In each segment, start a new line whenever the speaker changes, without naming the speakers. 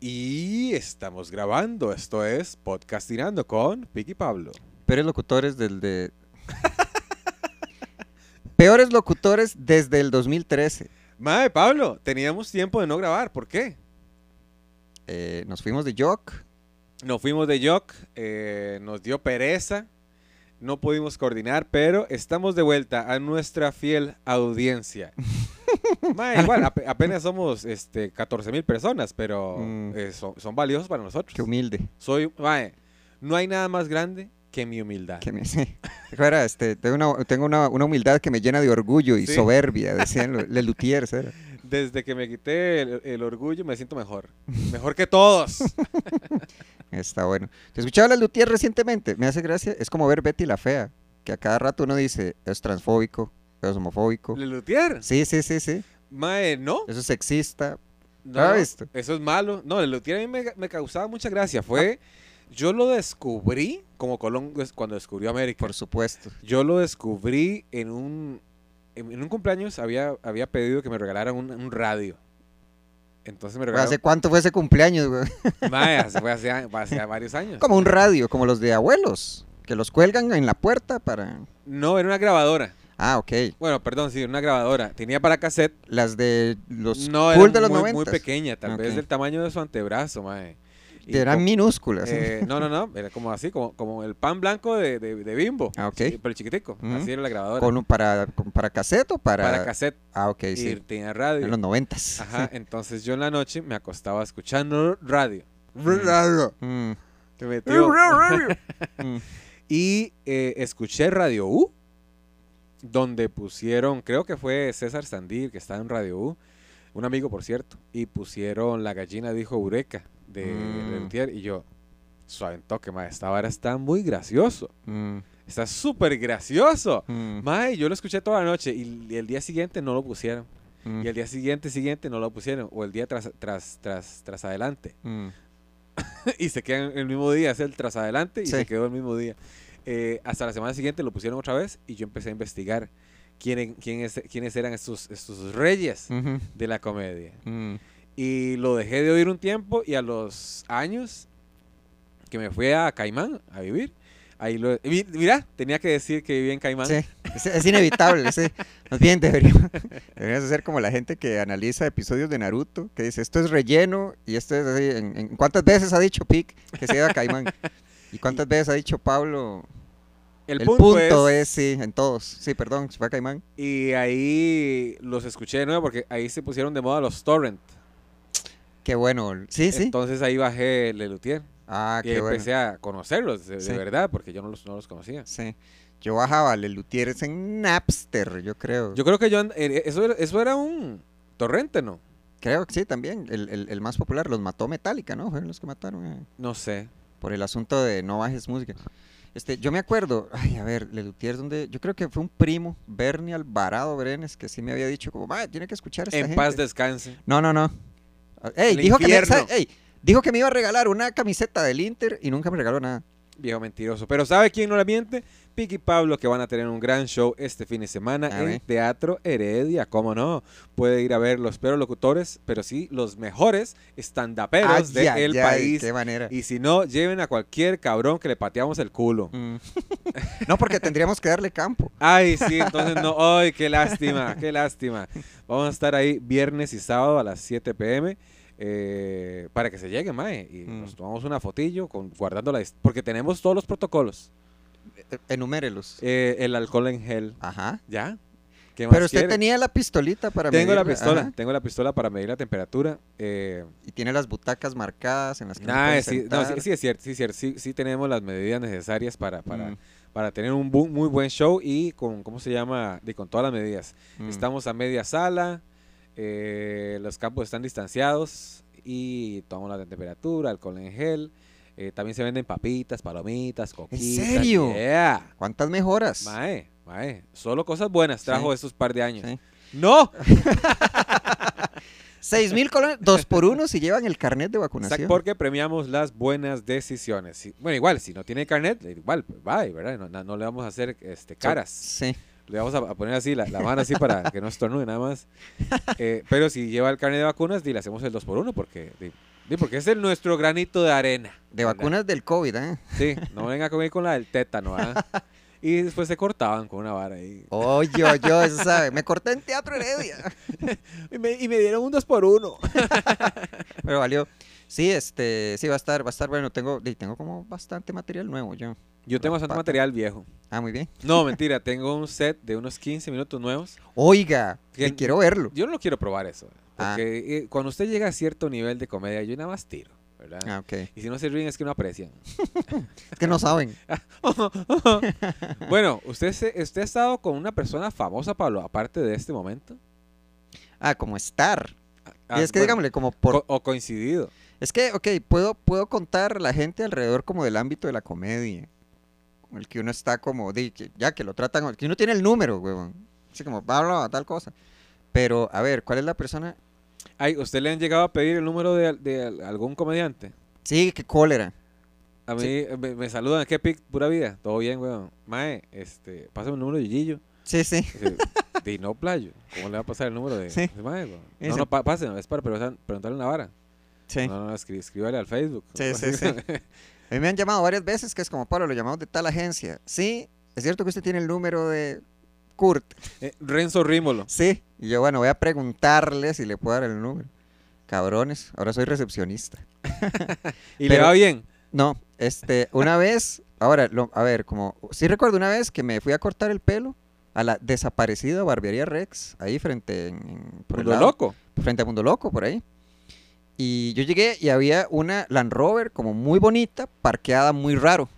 Y estamos grabando. Esto es Podcastinando con Vicky Pablo.
Peores locutores del de. Peores locutores desde el 2013.
Madre Pablo, teníamos tiempo de no grabar. ¿Por qué?
Eh, nos fuimos de Jock.
Nos fuimos de Yoc, eh, nos dio pereza, no pudimos coordinar, pero estamos de vuelta a nuestra fiel audiencia. Mae, igual, ap- apenas somos este, 14 mil personas, pero
Mm.
eh, son, son valiosos para nosotros.
Qué humilde.
Soy, mae, no hay nada más grande que mi humildad.
Que me- Fuera, este, tengo una, tengo una- una humildad que me llena de orgullo y
Sí.
soberbia, decían los Le Luthiers, era.
Desde que me quité el, el orgullo me siento mejor. Mejor que todos.
Está bueno. ¿Te escuchaba Les Luthiers recientemente? Me hace gracia. Es como ver Betty la Fea, que a cada rato uno dice, es transfóbico, es homofóbico.
¿Le Luthier?
Sí, sí, sí, sí.
Mae, no.
Eso es sexista.
No,
¿Has
no,
visto?
Eso es malo. No, el Lutier a mí me, me causaba mucha
Ah.
gracia. Fue, yo lo descubrí, como Colón des- cuando descubrió América.
Por supuesto.
Yo lo descubrí en un, en, en un cumpleaños, había, había pedido que me regalaran un, un radio. Entonces me
¿Hace
regalaron.
cuánto fue ese cumpleaños, güey?
Mae, hace- fue hace, a- hace varios años.
Como un radio, como los de abuelos, que los cuelgan en la puerta para...
No, era una grabadora.
Ah, ok.
Bueno, perdón, sí, una grabadora. Tenía para cassette.
Las de los
no,
cool
era
de los
muy,
90.
muy pequeña, tal
Ok.
vez del tamaño de su antebrazo, mae. Y
Eran
co-
minúsculas.
eh, no, no, no, era como así, como, como el pan blanco de, de- de bimbo.
Ah, ok.
Sí, pero chiquitico,
Ujú.
así era la grabadora.
Con un- para, con- para cassette o para...
para cassette
Ah, ok,
y
sí.
tenía radio.
En los noventas.
Ajá, entonces yo en la noche me acostaba escuchando radio.
Mm.
Radio.
Mm,
Te metió.
mm.
Y eh, escuché Radio U, donde pusieron, creo que fue César Sandir, que está en Radio U, un amigo por cierto, y pusieron La gallina dijo Eureka de,
Mm.
de Luthier, y yo, suave en toque, ma, esta vara está muy gracioso,
Mm,
está súper gracioso.
mm,
Mae, yo lo escuché toda la noche y el día siguiente no lo pusieron.
mm,
Y el día siguiente, siguiente no lo pusieron. O el día tras, tras, tras, tras adelante.
mm.
y se quedan el mismo día, es el tras adelante y
Sí.
se quedó el mismo día. Eh, hasta la semana siguiente lo pusieron otra vez y yo empecé a investigar quién, quién es- quiénes eran estos, estos reyes
Ujú,
de la comedia.
mm.
Y lo dejé de oír un tiempo y a los años que me fui a Caimán a vivir, ahí lo... y mi- Mira, tenía que decir que viví en Caimán.
Sí, es, es inevitable. sí. Más bien, deberíamos, deberíamos hacer como la gente que analiza episodios de Naruto, que dice, esto es relleno y esto es así. ¿En, en cuántas veces ha dicho Pic que se iba a Caimán? ¿Y cuántas veces ha dicho Pablo?
El, punto, es...
sí, en todos. Sí, perdón, se fue a Caimán.
Y ahí los escuché de nuevo porque ahí se pusieron de moda los torrent.
Qué bueno. Sí, sí.
Entonces ahí bajé Lelutier.
ah,
y ahí
qué bueno.
empecé a conocerlos de, de
Sí.
verdad porque yo no los, no los conocía.
Sí. Yo bajaba Lelutieres en Napster, yo creo.
Yo creo que yo... and- eh, Eso era, eso era un torrente, ¿no?
creo que sí, también. El, el- el más popular los mató Metallica, ¿no? Fueron los que mataron. a-
No sé.
por el asunto de no bajes música. Este, yo me acuerdo, ay, a ver, Lelutier, donde yo creo que fue un primo, Bernie Alvarado Brenes, que sí me había dicho como, "Mae, tiene que escuchar a esta
en
gente".
paz descanse.
No, no, no. Ah, Ey,
El
dijo que, me,
infierno.
sa- ey, dijo que me iba a regalar una camiseta del Inter y nunca me regaló nada.
Viejo mentiroso. Pero ¿sabe quién no la miente? Piqui y Pablo, que van a tener un gran show este fin de semana
A
en
ver.
Teatro Heredia. ¿Cómo no? Puede ir a ver los peores locutores, pero sí los mejores estandaperos
Ay, ay,
del
ay,
país.
qué manera.
Y si no, lleven a cualquier cabrón que le pateamos el culo.
Mm. no, porque tendríamos que darle campo.
Ay, sí, entonces no. Ay, qué lástima, qué lástima. Vamos a estar ahí viernes y sábado a las 7 pm. eh, para que se llegue, Mae. Y
Mm.
nos tomamos una fotillo con, guardando la... dis- Porque tenemos todos los protocolos.
Eh, Enumérelos.
Eh, el alcohol en gel.
Ajá.
¿Ya? ¿Qué más
Pero usted
quiere?
tenía la pistolita para
Tengo la
medirla,
pistola,
ajá,
tengo la pistola para medir la temperatura. Eh,
Y tiene las butacas marcadas en las que no
nah,
puede
Ah, sí, no, sí,
sentar.
sí es cierto, sí es cierto, sí, sí tenemos las medidas necesarias para, para,
Mm,
para tener un bu- muy buen show y con, ¿cómo se llama? De, con todas las medidas.
mm.
Estamos a media sala, eh, los campos están distanciados y tomamos la temperatura, alcohol en gel. eh, también se venden papitas, palomitas, coquitas.
serio?
Yeah.
¿Cuántas mejoras?
Mae, mae, solo cosas buenas trajo
Sí.
estos par de años.
Sí.
¡No!
Seis mil colones, dos por uno si llevan el carnet de
Exacto,
vacunación.
porque premiamos las buenas decisiones. Si- bueno, igual, si no tiene carnet, igual, pues, bye, ¿verdad? No, no- no le vamos a hacer este,
So-
caras.
Sí.
Le vamos a, a poner así, la, la mano así para que no estornude nada más. Eh, pero si lleva el carnet de vacunas, di, le hacemos el 2 por 1 porque di, Sí, porque es el, nuestro granito de arena.
De
¿verdad?
vacunas del COVID, ¿eh?
Sí, no venga conmigo con la del tétano, ¿ah? Y después se cortaban con una vara ahí.
Oye, oye, eso sabe. Me corté en Teatro Heredia.
Y me, y me dieron un dos por uno.
Pero valió. Sí, este, sí, va a estar, va a estar bueno. Tengo, di, tengo como bastante material nuevo yo.
Yo tengo bastante
Pata.
material viejo.
Ah, muy bien.
No, mentira, tengo un set de unos 15 minutos nuevos.
Oiga,
¿Qué?
que quiero verlo.
Yo no quiero probar eso. Porque
Ah.
eh, cuando usted llega a cierto nivel de comedia, yo nada más tiro, ¿verdad?
Ah, ok. Es
Y si no se ríen es que no aprecian.
que no saben.
bueno, ¿usted, se- ¿usted ha estado con una persona famosa, Pablo, aparte de este momento?
Ah, como estar.
Ah,
y es que
bueno,
digámosle, como por.
co- o coincidido.
Es que, ok, puedo, puedo contar la gente alrededor como del ámbito de la comedia. Como El que uno está como, di, que- ya que lo tratan, el que uno tiene el número, huevón. Así como, bla, bla, bla, tal cosa. Pero, a ver, ¿cuál es la persona?
Ay, ¿Usted le han llegado a pedir el número de, al- de al- algún comediante?
Sí, qué cólera.
A mí
Sí.
eh, me, me saludan, ¿qué pic? Pura vida. Todo bien, weón. Mae, este, pásame el número de Gillo.
Sí, sí.
De no playo. ¿Cómo le va a pasar el número de,
Sí.
de Mae, weón? No,
Ese.
no, pa- pásenlo, es para preguntar- preguntarle una vara.
Sí.
No, no, escrí- escríbale al Facebook.
Sí, sí, sí. A mí me han llamado varias veces que es como, Pablo, lo llamamos de tal agencia. Sí, es cierto que usted tiene el número de Kurt.
Eh, Renzo Rímolo.
Sí. Y yo, bueno, voy a preguntarle si le puedo dar el número. Cabrones, ahora soy recepcionista.
¿Y le
Pero-
va bien?
No, este, una vez, ahora, lo- a ver, como, sí recuerdo una vez que me fui a cortar el pelo a la desaparecida barbería Rex, ahí frente, en, en- por el
Mundo
lado-
loco.
frente a Mundo Loco, por ahí. Y yo llegué y había una Land Rover como muy bonita, parqueada muy raro.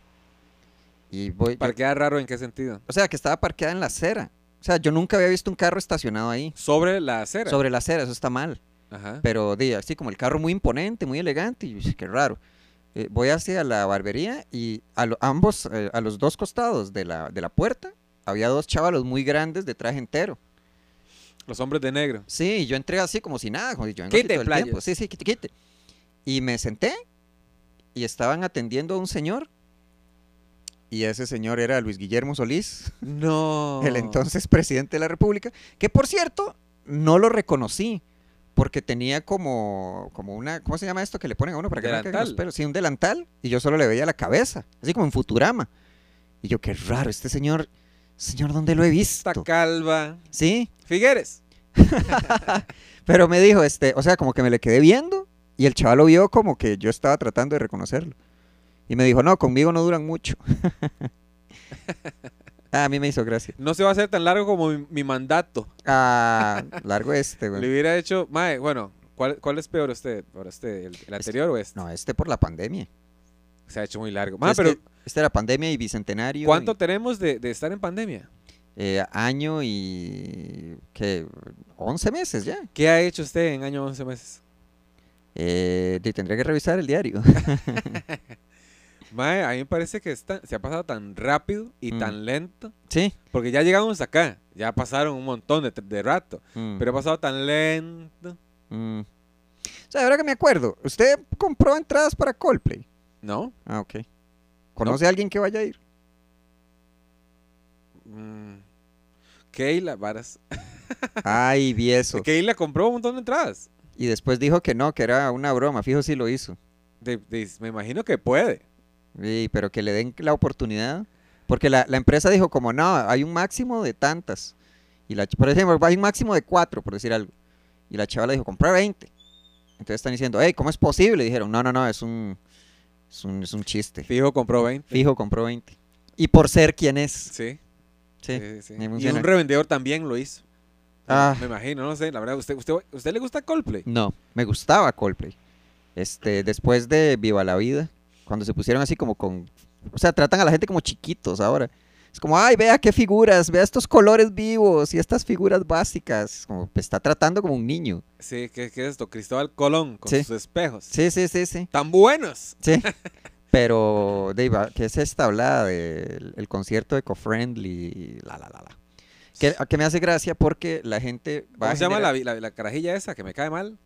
Y voy, yo-
Parquear raro en qué sentido.
o sea, que estaba parqueada en la acera. O sea, yo nunca había visto un carro estacionado ahí,
Sobre la acera.
sobre la acera, eso está mal.
Ajá.
Pero di, así como el carro muy imponente, muy elegante, y yo, "Uy, qué raro. Eh, voy hacia la barbería y a lo- ambos, eh, a los dos costados de la, de la puerta, había dos chavalos muy grandes de traje entero.
Los hombres de negro.
Sí, y yo entré así como si nada, como si yo vengo
Quite,
aquí todo el
playo.
tiempo. Sí, sí, quite, quite. Y me senté y estaban atendiendo a un señor. Y ese señor era Luis Guillermo Solís,
No.
el entonces presidente de la República, que por cierto, no lo reconocí. Porque tenía como, como una, ¿cómo se llama esto que le ponen a uno para que no le caigan los
Delantal.
pelos? Sí, un delantal. Y yo solo le veía la cabeza, así como en Futurama. Y yo, qué raro, este señor, señor, ¿dónde lo he
Esta
visto?
calva.
Sí,
Figueres.
Pero me dijo, este, o sea, como que me le quedé viendo y el chaval lo vio como que yo estaba tratando de reconocerlo. Y me dijo, no, conmigo no duran mucho. Ah, a mí me hizo gracia.
No se va a hacer tan largo como mi, mi mandato.
Ah, largo este,
Le
güey.
hubiera hecho. Mae, bueno, ¿cuál, cuál es peor usted? ¿Por usted? ¿El, el anterior o este?
No, este por la pandemia.
Se ha hecho muy largo. Mae,
Es
Ah, pero
que este era pandemia y bicentenario.
¿cuánto
y,
tenemos de, de estar en pandemia?
eh, año y... ¿Qué? 11 meses ya.
¿Qué ha hecho usted en año 11 meses?
Eh, y tendría que revisar el diario.
Mae, a mí me parece que está- se ha pasado tan rápido y
Mm.
tan lento.
sí.
Porque ya llegamos acá. Ya pasaron un montón de, de rato.
Mm.
Pero ha pasado tan lento.
Mm. O sea, ahora que me acuerdo, ¿usted compró entradas para Coldplay?
¿No?
Ah, ok. ¿Conoce a alguien que vaya a ir?
Mm. Keila Varas.
Ay, vi eso.
Keila compró un montón de entradas.
Y después dijo que no, que era una broma. Fijo si lo hizo.
De- de- me imagino que puede.
Y- pero que le den la oportunidad. Porque la, la empresa dijo como, no, hay un máximo de tantas. Y la, ch- por ejemplo, hay un máximo de cuatro, por decir algo. Y la chavala dijo, compra 20. Entonces están diciendo, hey, ¿cómo es posible? Y dijeron, no, no, no, es un, es un, es un chiste.
Fijo, compró 20.
Fijo, compró 20. Y por ser quien es.
Sí.
Sí.
sí, sí.
me
Y
funciona.
un revendedor también lo hizo.
Ah.
Me imagino, no sé. La verdad, ¿usted, usted, usted le gusta Coldplay?
No, me gustaba Coldplay. Este, después de Viva la Vida, cuando se pusieron así como con, o sea, tratan a la gente como chiquitos ahora. Es como, ay, vea qué figuras, vea estos colores vivos y estas figuras básicas. Como te está tratando como un niño.
Sí, ¿qué, qué es esto? Cristóbal Colón con
Sí.
sus espejos.
Sí, sí, sí, sí.
¡Tan buenos!
Sí. Pero, Dave, ¿qué es esta hablada del el concierto eco-friendly? y La, la, la, la. Que, que me hace gracia porque la gente va
¿Cómo
a
se llama la,
generar-
vi- la- la carajilla esa que me cae mal?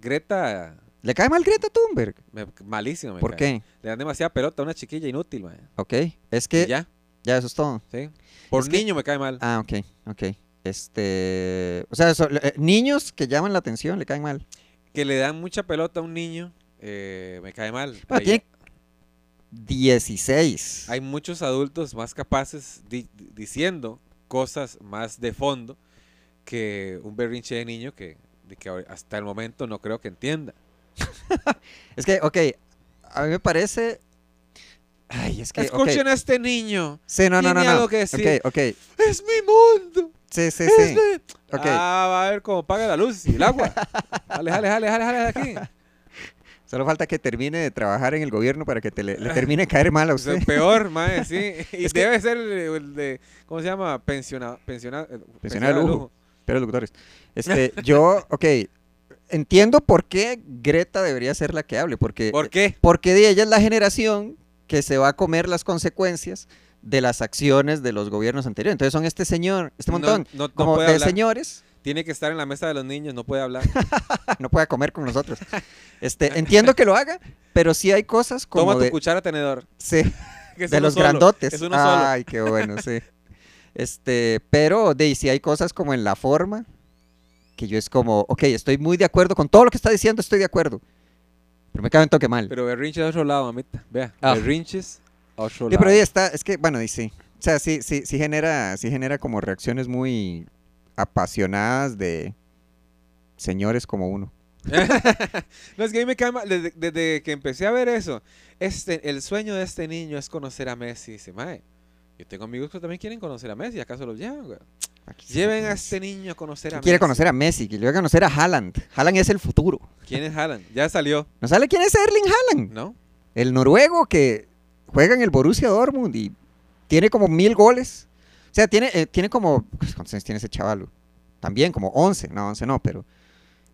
Greta,
¿Le cae mal Greta Thunberg?
me- malísima me
¿Por
cae.
qué?
Le dan demasiada pelota a una chiquilla inútil, man.
Ok. Es
Y
que
ya,
ya eso es todo.
¿sí? Por
Es que-
niño me cae mal.
Ah, ok, ok. Este, o sea, so- le- eh, niños que llaman la atención le caen mal.
Que le dan mucha pelota a un niño. eh, me cae mal.
Bueno,
Hay-
tiene 16.
hay muchos adultos más capaces di- diciendo cosas más de fondo que un berrinche de niño que, de que ahor- hasta el momento no creo que entienda.
Es que, ok, a mí me parece... Ay, es que... ok.
Escuchen a este niño.
Sí, no, no, no.
tiene
no.
algo que decir.
Ok, ok.
Es mi mundo.
Sí, sí,
es
sí.
mi-".
Ok.
Ah, va a ver cómo paga la luz y el agua. Dale, dale, dale, dale, dale de aquí.
Solo falta que termine de trabajar en el gobierno para que te le, le
Ah.
termine de caer mal a
O sea,
usted.
peor, mae, sí. Y
Es que-
debe ser el, el de, ¿cómo se llama? eh, Pensionado. Pensionado,
Pensionado de lujo. Pero locutores. Este, yo, ok, entiendo por qué Greta debería ser la que hable, porque,
¿Por qué?
porque de ella es la generación que se va a comer las consecuencias de las acciones de los gobiernos anteriores. Entonces son este señor, este
No-
montón,
no- no
como
puede
de
hablar.
señores, ah,
Tiene que estar en la mesa de los niños, no puede hablar.
no pueda comer con nosotros. Este, entiendo que lo haga, pero sí hay cosas como
Toma tu
de,
cuchara tenedor.
sí,
que es
de
uno
los
solo,
grandotes. Ah,
Es uno solo.
Ay, qué bueno, sí. Este, pero de si hay cosas como en la forma que yo es como, ok, estoy muy de acuerdo con todo lo que está diciendo, estoy de acuerdo. Pero me cabe un toque mal.
Pero berrinches a otro lado, mamita. Vea,
Ah.
berrinches a otro
Sí,
lado.
pero ahí está, es que, bueno, y sí. O sea, sí, sí, sí genera, sí genera como reacciones muy apasionadas de señores como uno.
no, es que a mí me cae mal, Desde, desde que empecé a ver eso, este, el sueño de este niño es conocer a Messi. Dice, mae, yo tengo amigos que también quieren conocer a Messi. ¿Acaso los llevan, güey?
Aquí está
Lleven a
Messi.
este niño a conocer a
Que Quiere
Messi.
conocer a Messi, que quiere conocer a Haaland. Haaland es el futuro.
¿Quién es Haaland? Ya salió,
¿No sale quién es Erling Haaland?
¿no?
El noruego que juega en el Borussia Dortmund y tiene como mil goles. O sea, tiene, eh, tiene como... ¿Cuántos años tiene ese chaval? También como 11. No, 11 no, pero...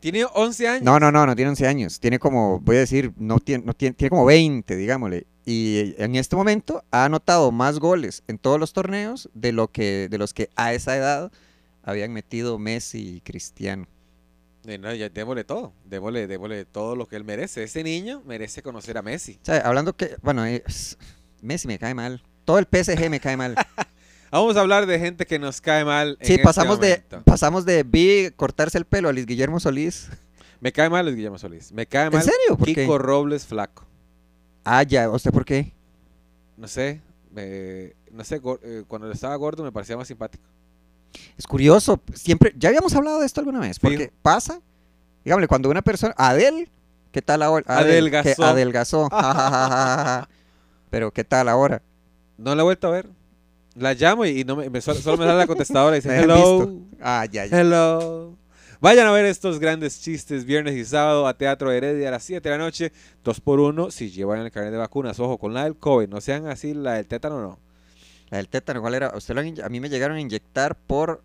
Tiene 11 años.
No, no, no, no tiene 11 años. Tiene como, voy a decir, no tiene, no tiene, tiene como 20, digámosle. Y en este momento ha anotado más goles en todos los torneos de, lo que, de los que a esa edad habían metido Messi y Cristiano.
Eh, no, ya démosle todo. Démosle, démosle todo lo que él merece. Ese niño merece conocer a Messi.
O sea, hablando que... Bueno, es- Messi me cae mal. Todo el PSG me cae mal.
Vamos a hablar de gente que nos cae mal. en
Sí,
este
pasamos de
momento.
pasamos de vi cortarse el pelo a Luis Guillermo Solís.
Me cae mal Luis Guillermo Solís. Me cae
¿En
mal
serio? ¿Por
Kiko
qué?
Robles Flaco.
Ah, ya, ¿usted por qué?
No sé. eh, no sé, gor- eh, cuando estaba gordo me parecía más simpático.
Es curioso, siempre ya habíamos hablado de esto alguna vez, porque
Fijo.
pasa, digámosle, cuando una persona, Adel, ¿qué tal ahora? Adel, que
Adelgazó.
adelgazó. ja, ja, ja, ja, ja, ja. Pero ¿qué tal ahora?
No la he vuelto a ver. La llamo y, y no me, me- solo, solo me sale la contestadora y dice
Me dejan
hello.
visto. Ah, ya, ya.
Hello. Vayan a ver estos grandes chistes viernes y sábado a Teatro Heredia a las 7 de la noche. Dos por uno si llevan el carnet de vacunas. Ojo, con la del COVID. No sean así la del tétano, no.
La del tétano, ¿cuál era? ¿A Usted lo han inye- a mí me llegaron a inyectar por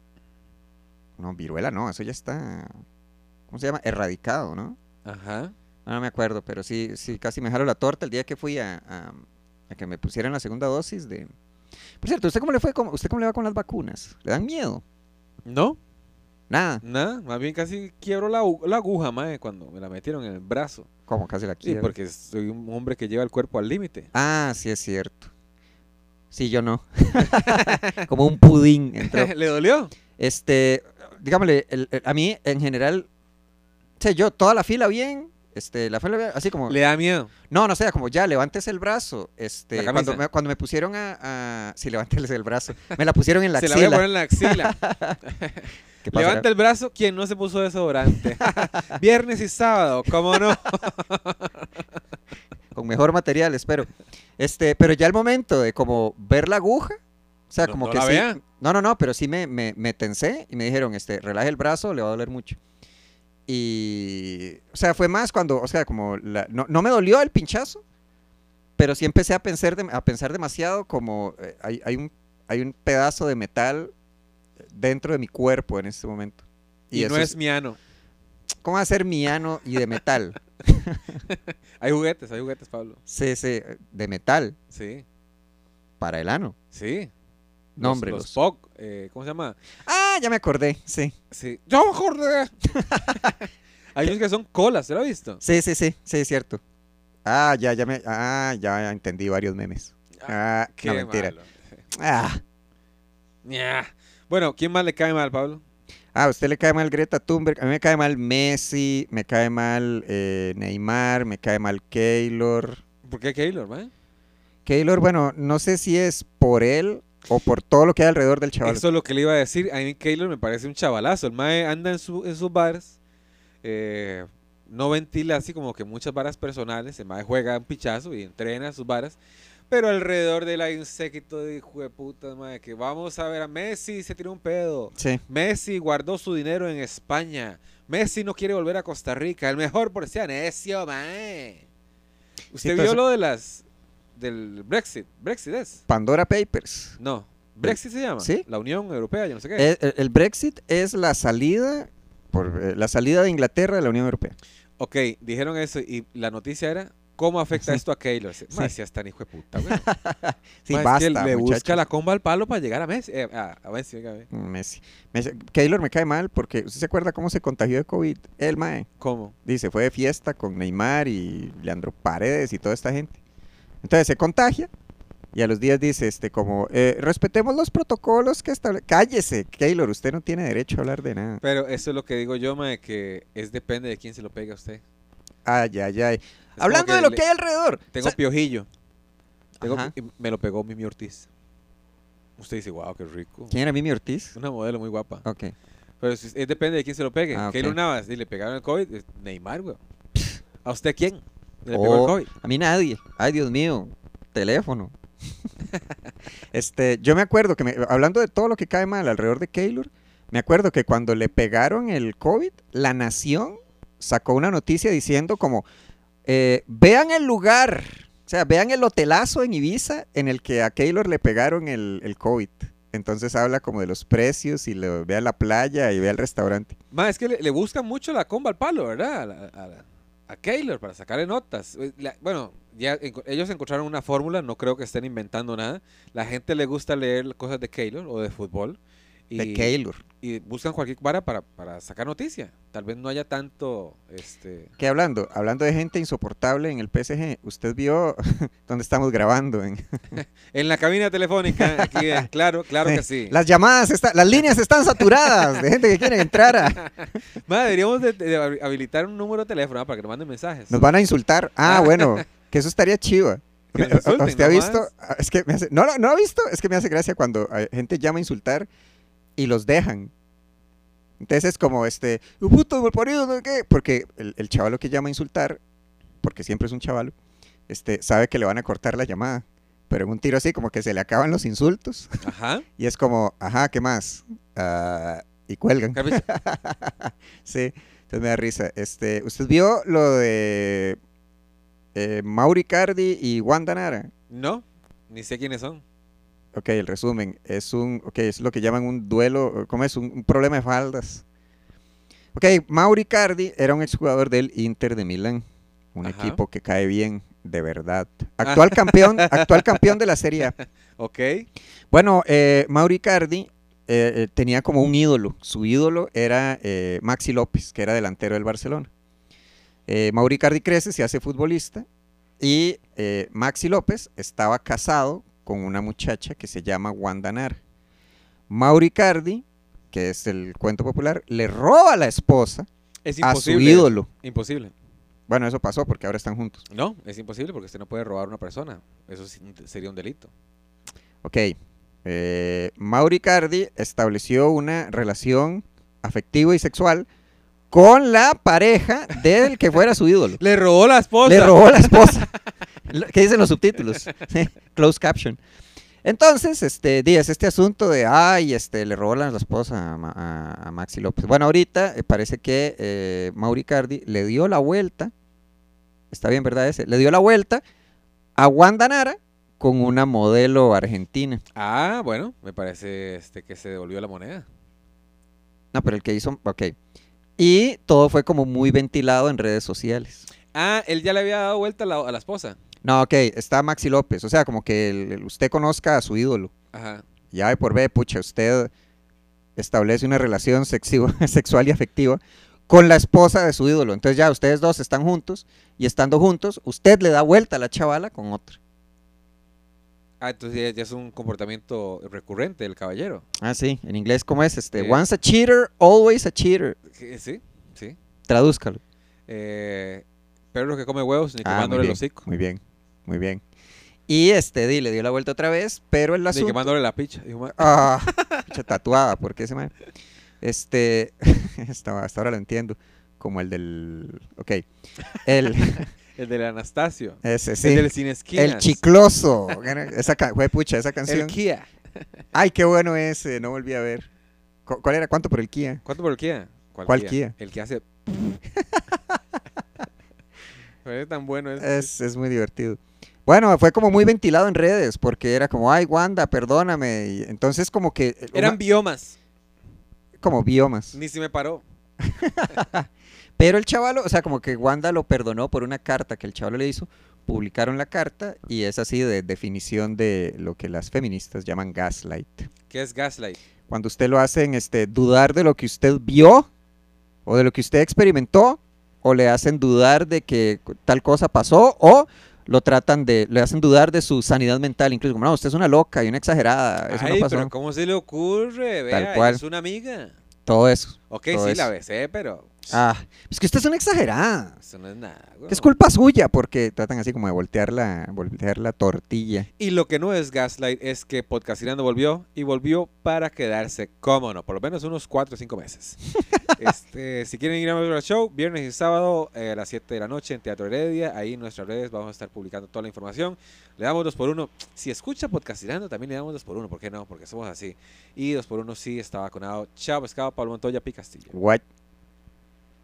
no, viruela no, eso ya está ¿cómo se llama? erradicado, ¿no?
Ajá.
Ah, No me acuerdo, pero sí, sí, casi me jalo la torta el día que fui a, a- a que me pusieran la segunda dosis de. Por cierto, ¿usted cómo le fue? con- ¿Usted cómo le va con las vacunas? ¿Le dan miedo?
¿No?
Nada,
Nada. Más bien casi quiebro la, agu- la aguja, mae, cuando me la metieron en el brazo.
como casi la
Sí,
quiero.
porque soy un hombre que lleva el cuerpo al límite.
Ah, sí es cierto. Sí, yo no. como un pudín entró.
¿Le dolió?
Este, digámosle, el- el- a mí en general, o sea, yo toda la fila bien, este, la fila bien, así como.
Le da miedo.
No, no sea como ya, levántese el brazo. Este,
La camisa.
cuando, me, cuando me pusieron a, a- Sí, levántese el brazo. Me la pusieron en la
se
axila.
la voy a poner en la axila.
¿Qué pasará?
Levanta el brazo quien no se puso desodorante. Viernes y sábado, ¿cómo no?
Con mejor material, espero. Este, pero ya el momento de como ver la aguja, o sea,
No-
como
no
que
la
sí.
vean.
No, no, no, pero sí me, me, me tensé y me dijeron, este, relaje el brazo, le va a doler mucho. Y, o sea, fue más cuando, o sea, como, la- no, no me dolió el pinchazo, pero sí empecé a pensar, dem- a pensar demasiado como eh, hay, hay un, hay un pedazo de metal dentro de mi cuerpo en este momento.
Y, no
eso
es miano.
¿Cómo hacer mi ano y de metal?
Hay juguetes, hay juguetes, Pablo.
sí, sí, de metal
Sí,
para el ano.
sí. Los-
No, hombre,
Los,
los-
POC, eh, ¿cómo se llama?
Ah, ya me acordé, sí.
Sí. ¡Yo me acordé! hay unos que son colas, ¿se lo ha visto?
Sí, sí, sí, sí, es cierto. Ah, ya, ya me, ah, ya entendí varios memes. Ah,
Qué
no, mentira.
malo.
Ah,
Ña. Bueno, ¿quién más le cae mal, Pablo?
Ah, a usted le cae mal Greta Thunberg, a mí me cae mal Messi, me cae mal eh, Neymar, me cae mal Keylor.
¿Por qué Keylor, man?
Keylor, bueno, no sé si es por él o por todo lo que hay alrededor del chaval.
Eso es lo que le iba a decir. A mí Keylor me parece un chavalazo. El mae anda en, su- en sus bares, eh, no ventila así como que muchas varas personales. El mae juega un pichazo y entrena sus varas. Pero alrededor de él hay un séquito de hijo de puta, mae, que vamos a ver a Messi, se tiró un pedo.
Sí.
Messi guardó su dinero en España. Messi no quiere volver a Costa Rica. El mejor por sea necio, mae. ¿Usted
Sí,
vio
entonces-
lo de las... del Brexit? ¿Brexit es?
Pandora Papers.
No. Brexit se llama.
¿Sí?
La Unión Europea, yo no sé qué.
El, el Brexit es la salida, por, eh, la salida de Inglaterra de la Unión Europea.
Ok, dijeron eso y la noticia era cómo afecta esto a Keylor. Sí. Mae, sí, hasta tan hijo de puta, güey.
Sí,
Mae, es
basta,
que le busca
muchachos.
la comba al palo para llegar a Messi. eh, a, a Messi, oiga, eh.
Messi. Messi. Keylor me cae mal porque usted se acuerda cómo se contagió de COVID. El mae.
¿Cómo?
Dice, fue de fiesta con Neymar y Leandro Paredes y toda esta gente. Entonces se contagia y a los días dice, este, como, eh, respetemos los protocolos que establecen. Cállese, Keylor, usted no tiene derecho a hablar de nada.
Pero eso es lo que digo yo, mae, que es depende de quién se lo pega a usted.
Ay, ay, ay.
Es como
Hablando de lo
le-
que hay alrededor.
Tengo
o sea,
piojillo. Tengo-
Ajá.
y me lo pegó Mimi Ortiz. Usted dice, wow, qué rico.
¿Quién era Mimi Ortiz?
Una modelo muy guapa.
Ok.
Pero si- eh, depende de quién se lo pegue.
Ah, ok.
Keylor Navas, y le pegaron el COVID. es Neymar, güey. ¿A usted quién? Le pegó
Oh.
el COVID.
A mí nadie. Ay, Dios mío. Teléfono. este, yo me acuerdo que, me- hablando de todo lo que cae mal alrededor de Keylor, me acuerdo que cuando le pegaron el COVID, La Nación sacó una noticia diciendo como, eh, vean el lugar, o sea, vean el hotelazo en Ibiza en el que a Keylor le pegaron el, el COVID. Entonces habla como de los precios y lo, ve a la playa y ve al restaurante.
Ma, es que le, le buscan mucho la comba al palo, ¿verdad? A, la- a la- a Keylor para sacarle notas. Eh, la- bueno, ya enco- ellos encontraron una fórmula, no creo que estén inventando nada. La gente le gusta leer cosas de Keylor o de fútbol. Y,
de Keylor.
y buscan cualquier vara para, para sacar noticia. Tal vez no haya tanto, este...
Que hablando, hablando de gente insoportable en el PSG, usted vio dónde estamos grabando. En,
En la cabina telefónica, aquí, eh, claro, claro que sí.
Las llamadas, está- las líneas están saturadas de gente que quiere entrar. a-
Ma, deberíamos de, de habi- habilitar un número de teléfono ah, para que nos manden mensajes.
nos van a insultar. Ah, bueno, que eso estaría chiva.
Que nos
Eh, eh,
insulten
¿Usted ha
nomás.
visto? Ah, Es que me hace- no, no, no ha visto. Es que me hace gracia cuando eh, gente llama a insultar y los dejan. Entonces es como este, "Un puto malparido, no sé qué", Porque el, el chavalo que llama a insultar, porque siempre es un chavalo, este, sabe que le van a cortar la llamada. Pero en un tiro así, como que se le acaban los insultos.
Ajá.
Y es como, ajá, ¿qué más? Ah, y cuelgan.
Capiche.
Sí, entonces me da risa. Este, ¿Usted vio lo de eh, Mauri Cardi y Wanda Nara?
No, ni sé quiénes son.
Ok, el resumen. Es un, ok, es lo que llaman un duelo, ¿cómo es? Un, un problema de faldas. Ok, Mauri Cardi era un exjugador del Inter de Milán. Un
Ajá.
equipo que cae bien, de verdad. Actual campeón, actual campeón de la Serie A.
Ok.
Bueno, eh, Mauri Cardi eh, eh, tenía como un ídolo. Su ídolo era eh, Maxi López, que era delantero del Barcelona. Eh, Mauri Cardi crece, se hace futbolista. Y eh, Maxi López estaba casado con una muchacha que se llama Wanda Nara. Mauri Cardi, que es el cuento popular, le roba a la esposa
Es
a su
imposible.
ídolo.
Imposible.
Bueno, eso pasó porque ahora están juntos.
No, es imposible porque usted no puede robar a una persona. Eso sí sería un delito.
Ok. Eh, Mauri Cardi estableció una relación afectiva y sexual con la pareja del que fuera su ídolo.
Le robó la esposa.
Le robó la esposa. Lo- ¿Qué dicen los subtítulos? Sí, Closed caption. Entonces, este, Díaz, este asunto de, ay, este, le robó la la esposa a, Ma- a- a Maxi López. Bueno, ahorita eh, parece que eh, Mauri Cardi le dio la vuelta, está bien, ¿verdad? Ese, le dio la vuelta a Wanda Nara con una modelo argentina.
Ah, bueno, me parece este que se devolvió la moneda.
No, pero el que hizo, ok. Y todo fue como muy ventilado en redes sociales.
Ah, él ya le había dado vuelta a la, a la esposa.
No, ok, está Maxi López, o sea, como que el- el- usted conozca a su ídolo.
Ajá.
Y A por B, pucha, usted establece una relación sexivo- sexual y afectiva con la esposa de su ídolo. Entonces ya ustedes dos están juntos y estando juntos, usted le da vuelta a la chavala con otra.
Ah, entonces ya, ya es un comportamiento recurrente del caballero.
Ah, sí, en inglés, ¿cómo es? Este,
Eh.
once a cheater, always a cheater.
Eh, Sí, sí.
Tradúzcalo.
Eh, perro que come huevos, ni
Ah, muy
quemándole el
bien,
hocico,
Muy bien, muy bien. Y este, di, le dio la vuelta otra vez, pero el
ni
asunto...
quemándole la picha. Dijo, "Ma-
Ah, pinche tatuada, porque ese man? Este, hasta, hasta ahora lo entiendo, como el del... Ok, el...
El del Anastasio.
Ese,
El
sí.
del sin esquinas.
El chicloso. Esa, ca- jue pucha, esa
El
canción.
Kia.
Ay, qué bueno ese, no volví a ver. Cu- ¿Cuál era? ¿Cuánto por el Kia?
¿Cuánto por el Kia?
¿Cuál Kia?
El que hace... Pero es tan bueno. ese.
Es, es muy divertido. Bueno, fue como muy ventilado en redes, porque era como, ay, Wanda, perdóname. y entonces como que... eh,
Eran
una-
biomas.
como biomas.
Ni se me paró.
Pero el chaval, o sea, como que Wanda lo perdonó por una carta que el chaval le hizo. Publicaron la carta y es así de definición de lo que las feministas llaman gaslight.
¿Qué es gaslight?
Cuando usted lo hacen este, dudar de lo que usted vio o de lo que usted experimentó o le hacen dudar de que cu- tal cosa pasó o lo tratan de, le hacen dudar de su sanidad mental, incluso como, no, usted es una loca y una exagerada, Ah, eso
Ay,
no pasó,
pero ¿cómo se le ocurre? Vea, ella
cual.
es una amiga.
todo eso.
Ok,
Todo
sí,
eso.
la besé, pero...
Ah, es que usted es una exagerada.
Eso no es nada, güey.
Es culpa suya porque tratan así como de voltear la, voltear la tortilla.
Y lo que no es Gaslight es que Podcastinando volvió y volvió para quedarse, cómo no, por lo menos unos 4 o 5 meses. Este, si quieren ir a ver el show, viernes y sábado eh, a las 7 de la noche en Teatro Heredia, ahí en nuestras redes vamos a estar publicando toda la información. Le damos 2 por 1 Si escucha Podcastinando, también le damos 2 por 1 ¿Por qué no? Porque somos así. Y 2 por 1 sí está vacunado. Chao, pescado, Pablo Montoya, Picastillo.
What?